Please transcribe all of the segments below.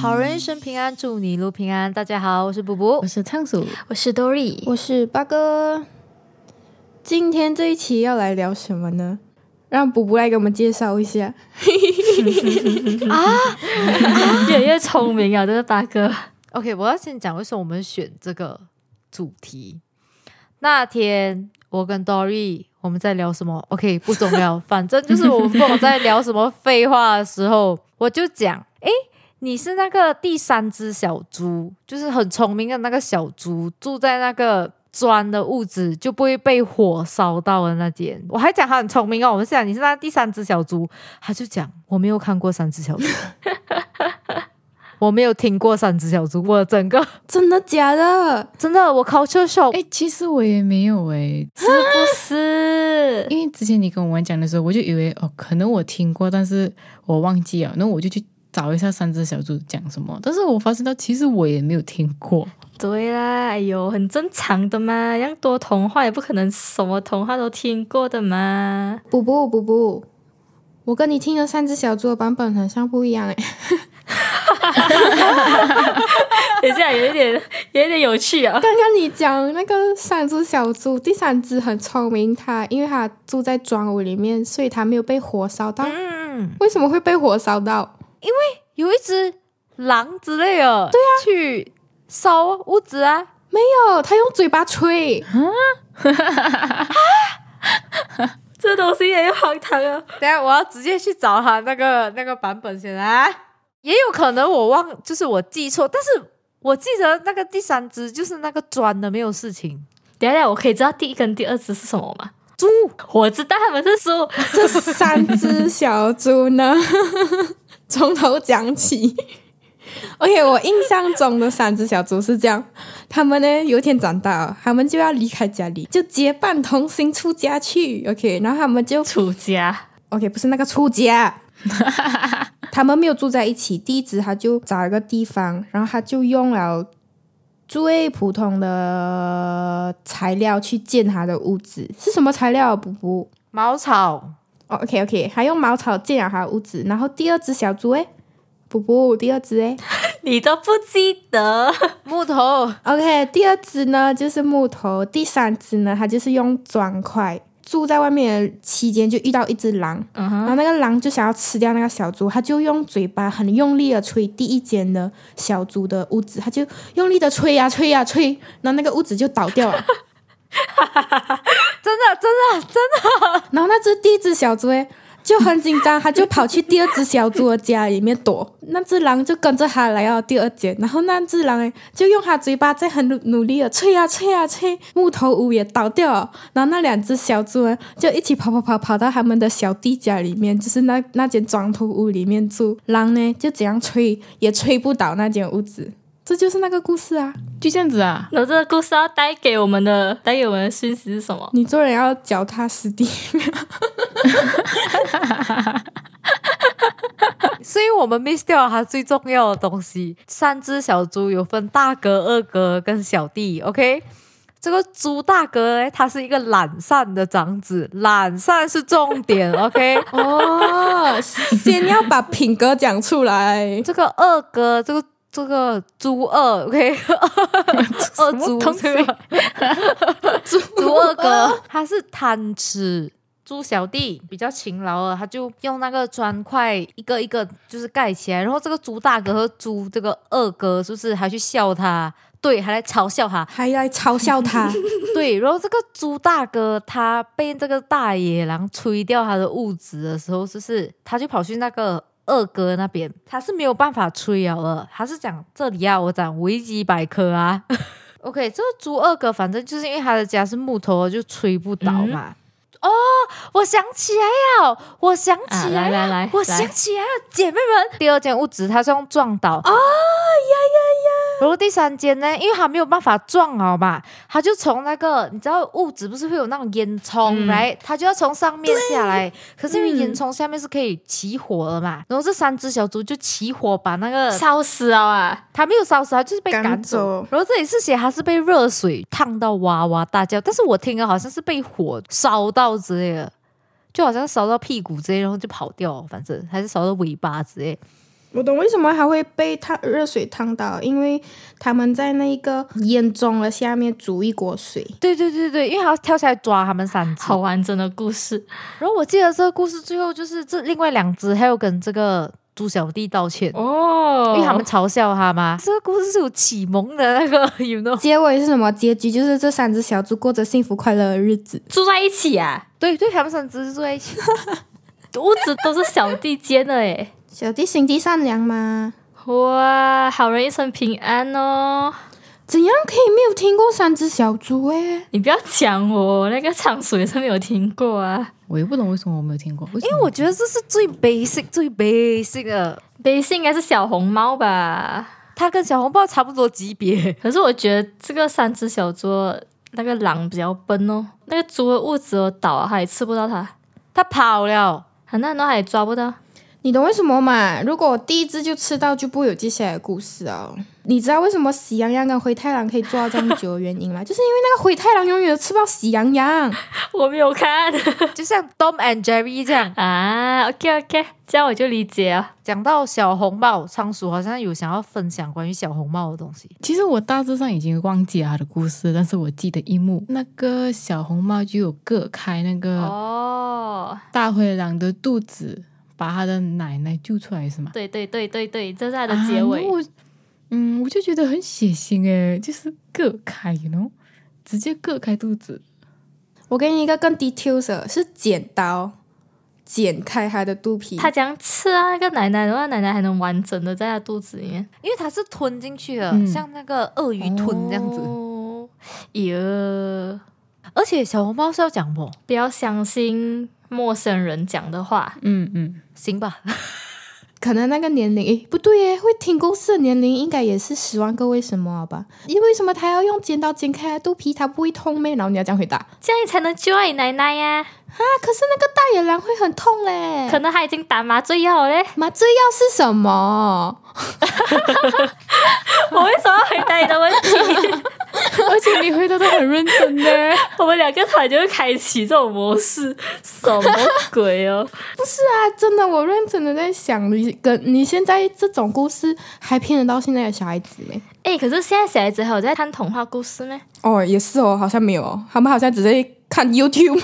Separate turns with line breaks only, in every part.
好人一生平安，祝你一路平安。大家好，我是卜卜
我，是仓鼠，
我是 Dory，
我是八哥。今天这一期要来聊什么呢？让卜卜来给我们介绍 一下。
啊
越来越聪明啊，这个八哥。
OK，我要先讲为什么我们选这个主题。那天我跟 Dory 我们在聊什么？OK，不重要，反正就是我们跟我在聊什么废话的时候，我就讲，诶，你是那个第三只小猪，就是很聪明的那个小猪，住在那个。砖的屋子就不会被火烧到的那间，我还讲他很聪明哦。我们是讲你是那第三只小猪，他就讲我没有看过三只小猪，我没有听过三只小猪，我整个
真的假的？
真的，我 culture shock，、
哎、其实我也没有哎、
是不是？
因为之前你跟我们讲的时候，我就以为哦，可能我听过，但是我忘记了，那我就去找一下三只小猪讲什么。但是我发现到其实我也没有听过，
对啦，哎呦，很正常的嘛，要多童话也不可能什么童话都听过的嘛。
卜卜卜卜，我跟你听的三只小猪的版本很像不一样哎。
等一下，有一点，有一点有趣啊。
刚刚你讲那个三只小猪，第三只很聪明，它因为它住在砖屋里面，所以它没有被火烧到。
嗯，
为什么会被火烧到？
有一只狼之类的，对啊，去烧屋子啊，
没有，它用嘴巴吹。
这东西也有荒唐啊！
等一下我要直接去找他那个那个版本先啊。也有可能我忘，就是我记错，但是我记得那个第三只就是那个砖的没有事情。
等一下，我可以知道第一跟第二只是什么吗？
猪，
我知道他们是猪，
这三只小猪呢？ 从头讲起。OK，我印象中的三只小猪是这样，他们呢有一天长大了，他们就要离开家里，就结伴同行出家去。OK，然后他们就
楚家
OK，不是那个出家，他们没有住在一起。第一只他就找一个地方，然后他就用了最普通的材料去建他的屋子，是什么材料啊？布布？
茅草，
哦，OK OK，还用茅草建了他的屋子，然后第二只小猪诶，不不，第二只诶
你都不记得，
木头，
o k 第二只呢就是木头，第三只呢它就是用砖块。住在外面的期间就遇到一只狼，然后那个狼就想要吃掉那个小猪，它就用嘴巴很用力的吹第一间的小猪的屋子，它就用力的吹呀、吹呀、吹，然后那个屋子就倒掉了。
真的真的
然后那只第一只小猪诶就很紧张，它就跑去第二只小猪的家里面躲。那只狼就跟着它来到第二间，然后那只狼诶就用它嘴巴在很努努力的吹啊吹啊吹，木头屋也倒掉了。然后那两只小猪呢就一起跑跑跑跑到他们的小弟家里面，就是那那间砖头屋里面住。狼呢就怎样吹也吹不倒那间屋子。这就是那个故事啊！
就这样子啊。
然后这个故事要带给我们的，带给我们的讯息是什么？
你做人要脚踏实地。
所以我们 miss 掉了它最重要的东西。三只小猪有分大哥、二哥跟小弟，OK？这个猪大哥诶他是一个懒散的长子，懒散是重点 ，OK？
哦， 先要把品格讲出来。
这个二哥，这个这个猪二，OK？二猪
东 西
啊
这个
猪
猪二哥，他是贪吃。猪小弟比较勤劳了，他就用那个砖块一个一个就是盖起来。然后这个猪大哥和猪这个二哥是不是还去笑他？对，还来嘲笑他。
还来嘲笑他，
对，然后这个猪大哥他被这个大野狼吹掉他的物质的时候，就是他就跑去那个二哥那边，他是没有办法吹了的，他是讲这里啊，我讲维基百科啊。OK，这个猪二哥反正就是因为他的家是木头的，就吹不倒嘛。哦，我想起来了，我想
啊，
起来了，
来来来，
我
来
想起来了，姐妹们，第二间屋子它是用撞倒啊呀呀呀！然后第三间呢，因为它没有办法撞好嘛，它就从那个你知道屋子不是会有那种烟囱
嗯
来，它就要从上面下来，可是因为
嗯
烟囱下面是可以起火的嘛，然后这三只小猪就起火把那个
烧死了啊！
它没有烧死，它就是被赶
赶
走。
走
然后这里是写它是被热水烫到哇哇大叫，但是我听的好像是被火烧到之类的，就好像烧到屁股之类，然后就跑掉，反正还是烧到尾巴之类。
我懂为什么还会被烫热水烫到，因为他们在那个烟囱的下面煮一锅水。
对对对对，因为还要跳下来抓他们三只。
好完整的故事，
然后我记得这个故事最后就是这另外两只还有跟这个猪小弟道歉，
哦
因为他们嘲笑他嘛。这个故事是有启蒙的那个，you know？
结尾是什么？结局就是这三只小猪过着幸福快乐的日子。
住在一起啊，
对对，他们三只 住在一起。
屋子都是小弟间的欸诶。
小弟心地善良嘛，
哇，好人一生平安哦！
怎样可以没有听过三只小猪欸诶？
你不要讲我那个仓鼠也是没有听过啊。
我也不懂为什么我没有听过，因
因为我觉得这是最 basic 最 basic 的，
北信应该是小红猫吧？
它跟小红帽差不多级别。
可是我觉得这个三只小猪那个狼比较笨哦，那个猪的物质哦倒啊，它也吃不到它，
它跑了，
很难都还抓不到。
你懂为什么嘛？如果我第一只就吃到，就不会有接下来的故事哦。你知道为什么喜羊羊跟灰太狼可以做到这么久的原因吗？ 就是因为那个灰太狼永远都吃不到喜羊羊。
我没有看
就像 Tom and Jerry 这样。
啊，OK OK，这样我就理解了。
讲到小红帽，仓鼠好像有想要分享关于小红帽的东西。
其实我大致上已经忘记了他的故事，但是我记得一幕，那个小红帽就有割开那个
哦，
大灰狼的肚子，把他的奶奶救出来，是吗？
对对对对对，这是它的结尾
啊、那。我嗯，我就觉得很血腥诶，就是割开，you know，直接割开肚子。
我给你一个更 details 的，是剪刀剪开它的肚皮。
他讲吃啊，那个奶奶的话，奶奶还能完整的在她肚子里面，
因为它是吞进去的，
嗯
像那个鳄鱼吞这样子。
哦哟，
而且小红帽是要讲我，
不要相信陌生人讲的话。
嗯嗯，
行吧？
可能那个年龄，诶，不对耶，会听故事的年龄应该也是十万个为什么吧？因为什么他要用剪刀剪开肚皮，他不会痛咩？然后你要这样回答，啊，
这样你才能救到你奶奶呀、
可是那个大野狼会很痛嘞。
可能她已经打麻醉药了 嘞。
麻醉药是什么？
我为什么要回答你的问题？
而且你回答的很认真呢。
我们两个团就会开启这种模式，什么鬼 哦？
啊，真的，我认真的在想，你跟你现在这种故事还骗得到现在的小孩子没？
哎、可是现在小孩子还有在看童话故事咩？
哦，也是哦，好像没有哦，他们好像只是看 YouTube。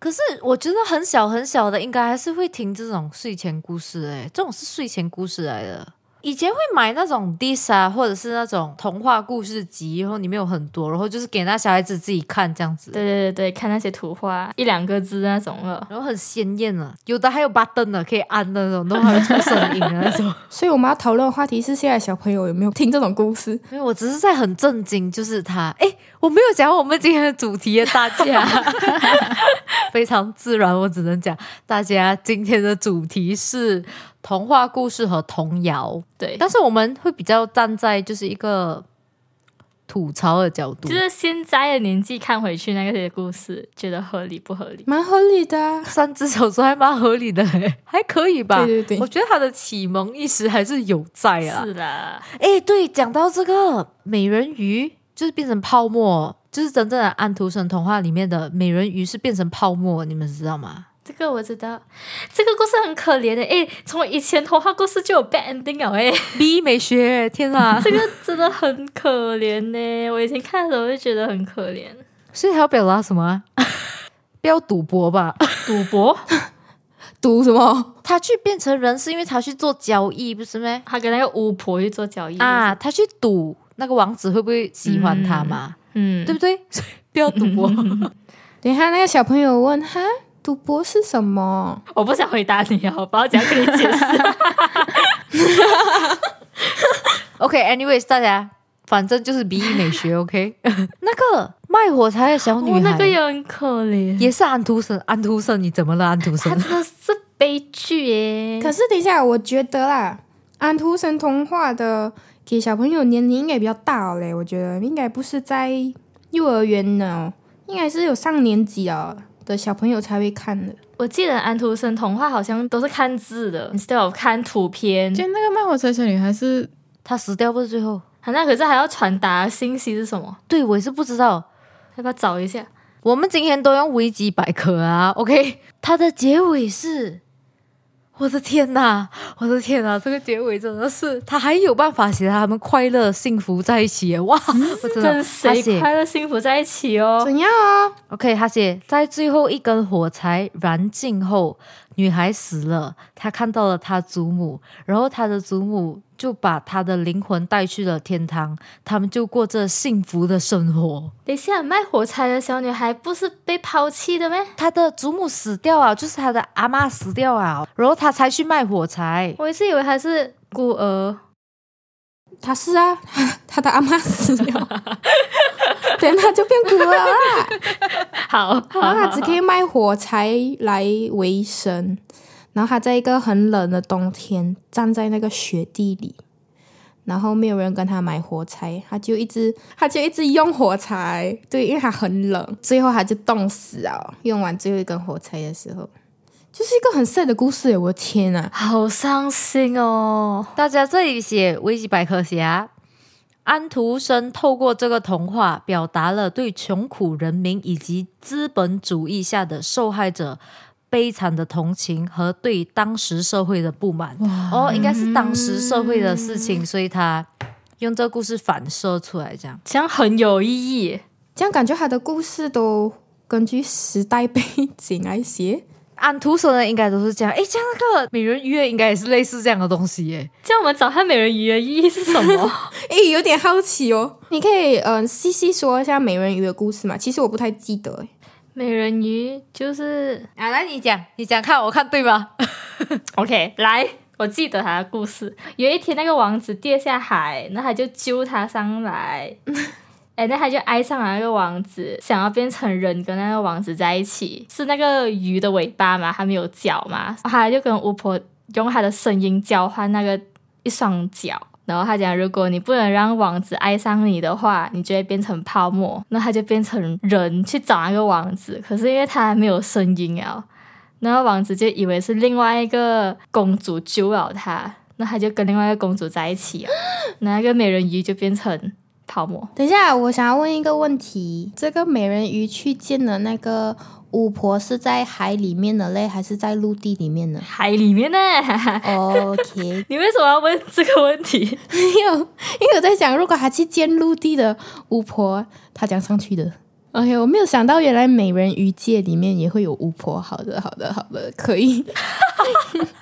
可是我觉得很小很小的，应该还是会听这种睡前故事、欸。哎，这种是睡前故事来的。以前会买那种 dis 啊，或者是那种童话故事集，然后里面有很多，然后就是给那小孩子自己看这样子，
对对对对，看那些图画，一两个字那种了。
然后很鲜艳啊，有的还有 button 啊的可以按的那种，都还会出声音的啊那种。
所以我们要讨论的话题是，现在小朋友有没有听这种故事？
没有，我只是在很震惊，就是他，哎，我没有讲我们今天的主题耶，大家非常自然，我只能讲大家今天的主题是童话故事和童谣，
对，
但是我们会比较站在就是一个吐槽的角度
就。是现在的年纪看回去那些故事，觉得合理不合理？
蛮合理的、啊。
三只小猪还蛮合理的嘞，还可以吧？
对对对
我觉得他的启蒙意识还是有在啊。
是啦，
哎，对，讲到这个美人鱼，就是变成泡沫，就是真正的安徒生童话里面的美人鱼是变成泡沫，你们知道 吗？
这个我知道，这个故事很可怜的。诶，从以前童话故事就有 bad ending 了 诶，
B 美学，天啊！
这个真的很可怜呢。我以前看的时候就觉得很可怜。
所以还要表达什么 啊、不要赌博吧。
赌博，
读什么？
他去变成人是因为他去做交易，不是咩？
他跟那个巫婆去做交易
啊，，他去赌那个王子会不会喜欢他嘛？
嗯，
对不对？ 所以不要赌 博。
等一下那个小朋友问哈，赌博是什么？
我不想回答你哦，我不要讲跟你解释。
OK，anyways，、大家反正就是 B 美学 OK。那 个卖火柴的小女孩，
哦，那个哦也很可怜，
也是安徒生，安徒生，你怎么了，安徒
他
生？
真的是悲剧耶。
可是等一下，我觉得啦，安徒生童话的给小朋友年龄应该比较大了嘞，我觉得应该不是在幼儿园呢，应该是有上年级哦的小朋友才会看的。
我记得安徒生童话好像都是看字的，instead of 看图片。
就那个卖火柴小女孩是
他死掉不是最后？
啊，那可是还要传达的信息是什么？
对我也是不知道。
要不要找一下？
我们今天都用维基百科啊，OK？它的结尾是，我的天呐，我的天呐，这个结尾真的是，他还有办法写他们快乐幸福在一起耶！哇，我真的
跟
他
谁
写
快乐幸福在一起哦？
怎样啊？
OK，他写在最后一根火柴燃尽后，女孩死了，她看到了她祖母，然后她的祖母就把她的灵魂带去了天堂，他们就过着幸福的生活。
等一下，卖火柴的小女孩不是被抛弃的吗？
她的祖母死掉啊，就是她的阿妈死掉啊，然后她才去卖火柴。
我一直以为她是孤儿。
他是啊， 他的阿妈死 了，等他就变孤儿啊，
好，好
然后他
好
只可以卖火柴来维生。然后他在一个很冷的冬天站在那个雪地里，然后没有人跟他买火柴，他就一直他就一直用火柴，对，因为他很冷，最后他就冻死了。用完最后一根火柴的时候，就是一个很 sad 的故事耶，我的天啊！
好伤心哦。
大家这里写维基百科侠，安徒生透过这个童话表达了对穷苦人民以及资本主义下的受害者悲惨的同情和对当时社会的不满。哦，应该是当时社会的事情，所以他用这故事反射出来，这样
这样很有意义。
这样感觉他的故事都根据时代背景来写。
安徒生的应该都是这样。诶，像那个美人鱼应该也是类似这样的东西耶。
这样我们找看美人鱼的意义是什么？
诶，有点好奇哦，你可以嗯、呃细细说一下美人鱼的故事嘛？其实我不太记得诶。
美人鱼就是
啊，来你讲，你讲看，我看对吗？
OK，来，我记得他的故事。有一天，那个王子跌下海，那他就揪他上来，哎，那他就爱上了那个王子，想要变成人跟那个王子在一起。是那个鱼的尾巴嘛，它没有脚嘛，他就跟巫婆用他的声音交换那个一双脚。然后他讲，如果你不能让王子爱上你的话，你就会变成泡沫。那他就变成人去找那个王子，可是因为他没有声音啊，然后王子就以为是另外一个公主救了他，那他就跟另外一个公主在一起了， 那个美人鱼就变成泡沫。
等一下，我想要问一个问题：这个美人鱼去见的那个巫婆是在海里面的嘞，还是在陆地里面 呢哦
海里面呢？
？OK，
你为什么要问这个问题？
没有，因为我在想，如果他去见陆地的巫婆，他讲上去的。OK，我没哎有想到，原来美人鱼界里面也会有巫婆。好的，好的，好的，可以。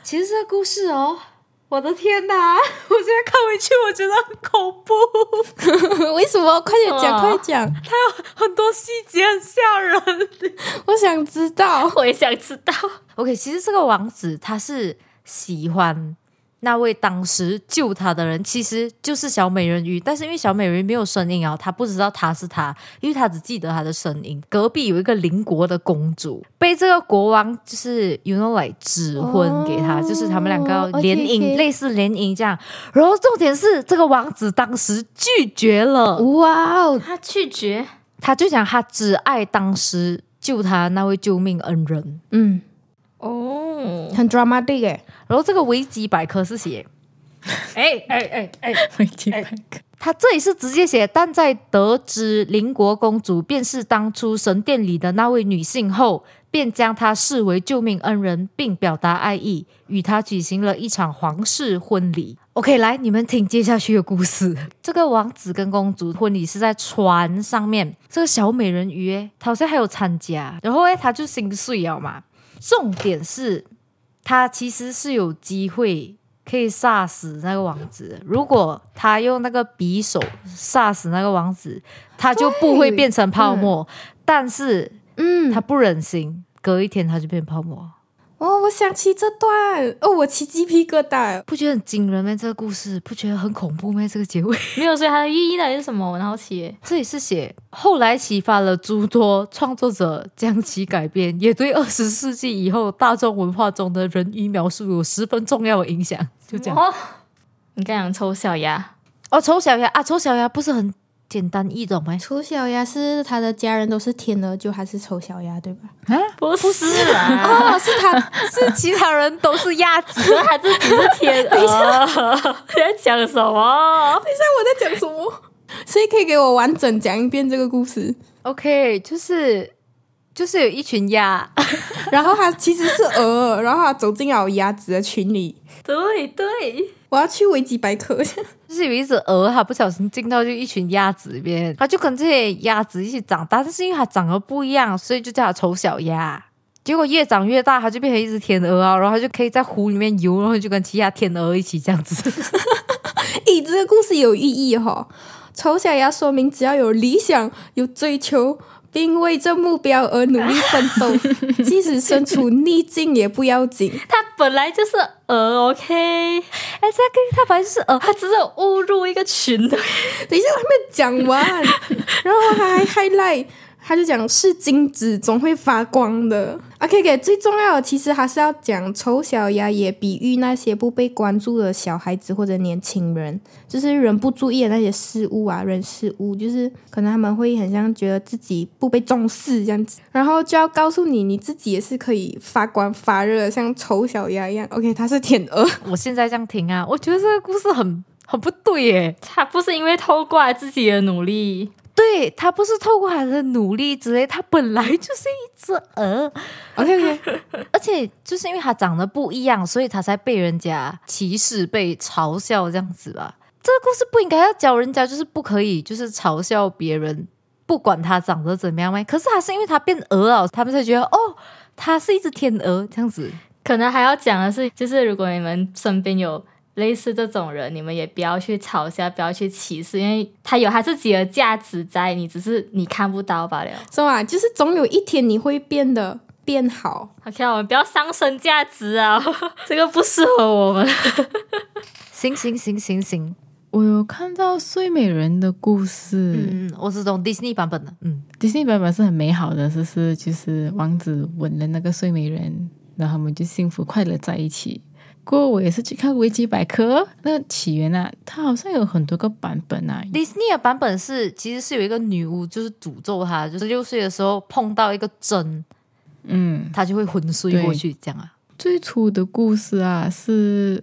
其实这个故事哦，我的天哪！ 我现在看回去，我觉得很恐怖，
为什么？快点讲，
哦
快讲！
很多细节很吓人。
我想知道。
我也想知道。
OK，其实这个王子他是喜欢那位当时救他的人，其实就是小美人鱼，但是因为小美人鱼没有声音啊，他不知道他是他，因为他只记得他的声音。隔壁有一个邻国的公主被这个国王就是 you know 来指婚给他，
哦
就是他们两个要
OK，OK
联姻类似联姻这样。然后重点是这个王子当时拒绝了。
哇哦，
他拒绝，
他就讲他只爱当时救他那位救命恩人。
嗯，
哦，
很 dramatic 哎。
然后这个维基百科是写， 哎哎哎哎，
维基百科
他这里是直接写，但在得知邻国公主便是当初神殿里的那位女性后，便将她视为救命恩人，并表达爱意，与她举行了一场皇室婚礼。OK，来，你们听接下去的故事。这个王子跟公主婚礼是在船上面，这个小美人鱼诶，她好像还有参加，然后诶，她就心碎了嘛。重点是，她其实是有机会可以杀死那个王子。如果他用那个匕首杀死那个王子，他就不会变成泡沫。但是
嗯，
他不忍心，隔一天他就变泡沫，
哦，我想起这段，哦，我起鸡皮疙瘩。
不觉得很惊人吗？这个故事不觉得很恐怖吗？这个结尾，
没有，所以它的意义到底是什么？我很好奇耶。
这也是写后来启发了诸多创作者将其改编，也对二十世纪以后大众文化中的人鱼描述有十分重要的影响。就这样。
哦，你刚想抽小牙，
哦，丑小鸭啊，丑小鸭不是很简单易懂吗？
丑小鸭是他的家人都是天鹅，就还是丑小鸭对吧？
不是
啊
啦，
哦，是他，
是其他人都是鸭子。
他自己是 天鹅。 你在讲什么？
等一下我在讲什 么？谁可以给我完整讲一遍这个故事？
OK，就是就是有一群鸭，
然后它其实是鹅，然后它走进了鸭子的群里。
对对，
我要去维基百科，
就是有一只鹅，它不小心进到就一群鸭子里面，它就跟这些鸭子一起长大，但是因为它长得不一样，所以就叫它丑小鸭。结果越长越大，它就变成一只天鹅啊，然后它就可以在湖里面游，然后就跟其他天鹅一起这样子。
咦，这个故事有寓意哈、哦。丑小鸭说明，只要有理想、有追求，并为这目标而努力奋斗， 即使身处逆境也不要紧。
它本来就是鹅，OK，哎
exactly，它本来就是鹅，
它只是呃误入一个群的。
等一下，我还没讲完，然后还 highlight，他就讲是金子总会发光的。OK，给、最重要的其实还是要讲丑小鸭也比喻那些不被关注的小孩子或者年轻人，就是人不注意的那些事物啊，人事物，就是可能他们会很像觉得自己不被重视这样子，然后就要告诉你你自己也是可以发光发热的，像丑小鸭一样。OK，它是天鹅。
我现在这样听啊，我觉得这个故事很很不对耶。
它不是因为偷怪自己的努力，
对，它不是透过它的努力之类，它本来就是一只鹅，
OK OK，
而且就是因为它长得不一样，所以它才被人家歧视、被嘲笑这样子吧。这个故事不应该要教人家，就是不可以，就是嘲笑别人，不管他长得怎么样呗。哎可是还是因为他变鹅了，他们才觉得哦，他是一只天鹅这样子。
可能还要讲的是，就是如果你们身边有类似这种人，你们也不要去嘲笑，不要去歧视，因为他有他自己的价值在，你只是你看不到罢了。
是吧？啊就是总有一天你会变得变好。
OK，我啊们不要上升价值啊，这个不适合我们。
行行行行行，
我有看到《睡美人》的故事，
嗯，我是从迪士尼版本的，嗯，
迪士尼版本是很美好的，就是就是王子吻了那个睡美人，然后他们就幸福快乐在一起。不过我也是去看维基百科，那起源啊，它好像有很多个版本啊。
迪士尼的版本是其实是有一个女巫，就是诅咒她，就是六岁的时候碰到一个针，
嗯，
她就会昏睡
对
过去，这样啊。
最初的故事啊是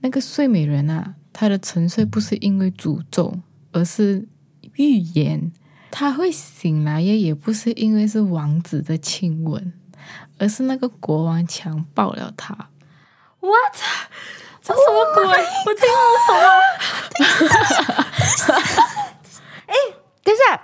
那个睡美人啊，她的沉睡不是因为诅咒，而是预言。她会醒来也也不是因为是王子的亲吻，而是那个国王强暴了她。
What？这什么鬼我听不懂啊！
等一下，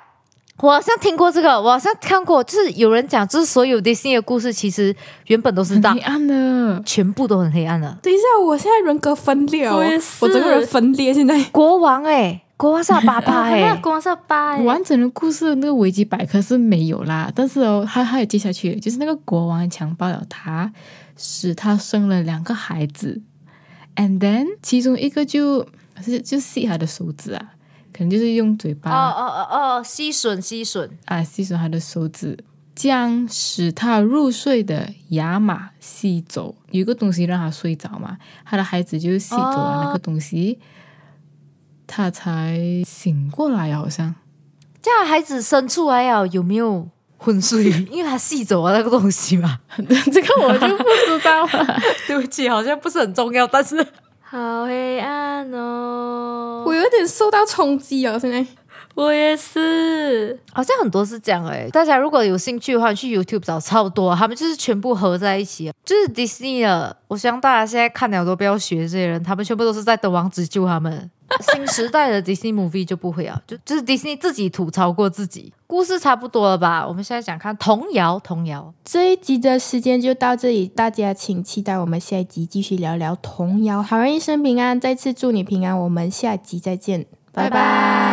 我好像听过这个，我好像看过，就是有人讲，就是所有迪士尼的故事其实原本都是啊这
很
样
黑，暗的，
全部都很黑暗的。
等一下，我现在人格分裂哦，
我也是
我哦整个人分裂现在。
国王哎、国王是他爸爸哎、
那个光是八欸，
完整的故事那个维基百科是没有啦，但是哦，他还有接下去，就是那个国王强暴了她，使她生了两个孩子，and then 其中一个就就就吸她的手指啊，可能就是用嘴巴
哦哦哦哦，吸吮吸吮，
啊吸吮她的手指，将使她入睡的亚马吸走，有一个东西让她睡着嘛，她的孩子就吸走了那个东西，她才醒过来啊，好像。
这样孩子生出来了有没有昏睡？因为他吸走了那个东西嘛。
这个我就不知道了。
对不起，好像不是很重要，但是
好黑暗哦！
我有点受到冲击哦，现在
我也是，
好像很多是这样哎、大家如果有兴趣的话，你去 YouTube 找超多，他们就是全部合在一起，就是迪士尼的。我希望大家现在看了都不要学这些人，他们全部都是在等王子救他们。新时代的迪士尼 movie 就不会啊，就就是迪士尼自己吐槽过自己，故事差不多了吧？我们现在讲看童谣，童谣。
这一集的时间就到这里，大家请期待我们下一集继续聊聊童谣。好人一生平安，再次祝你平安，我们下集再见，拜拜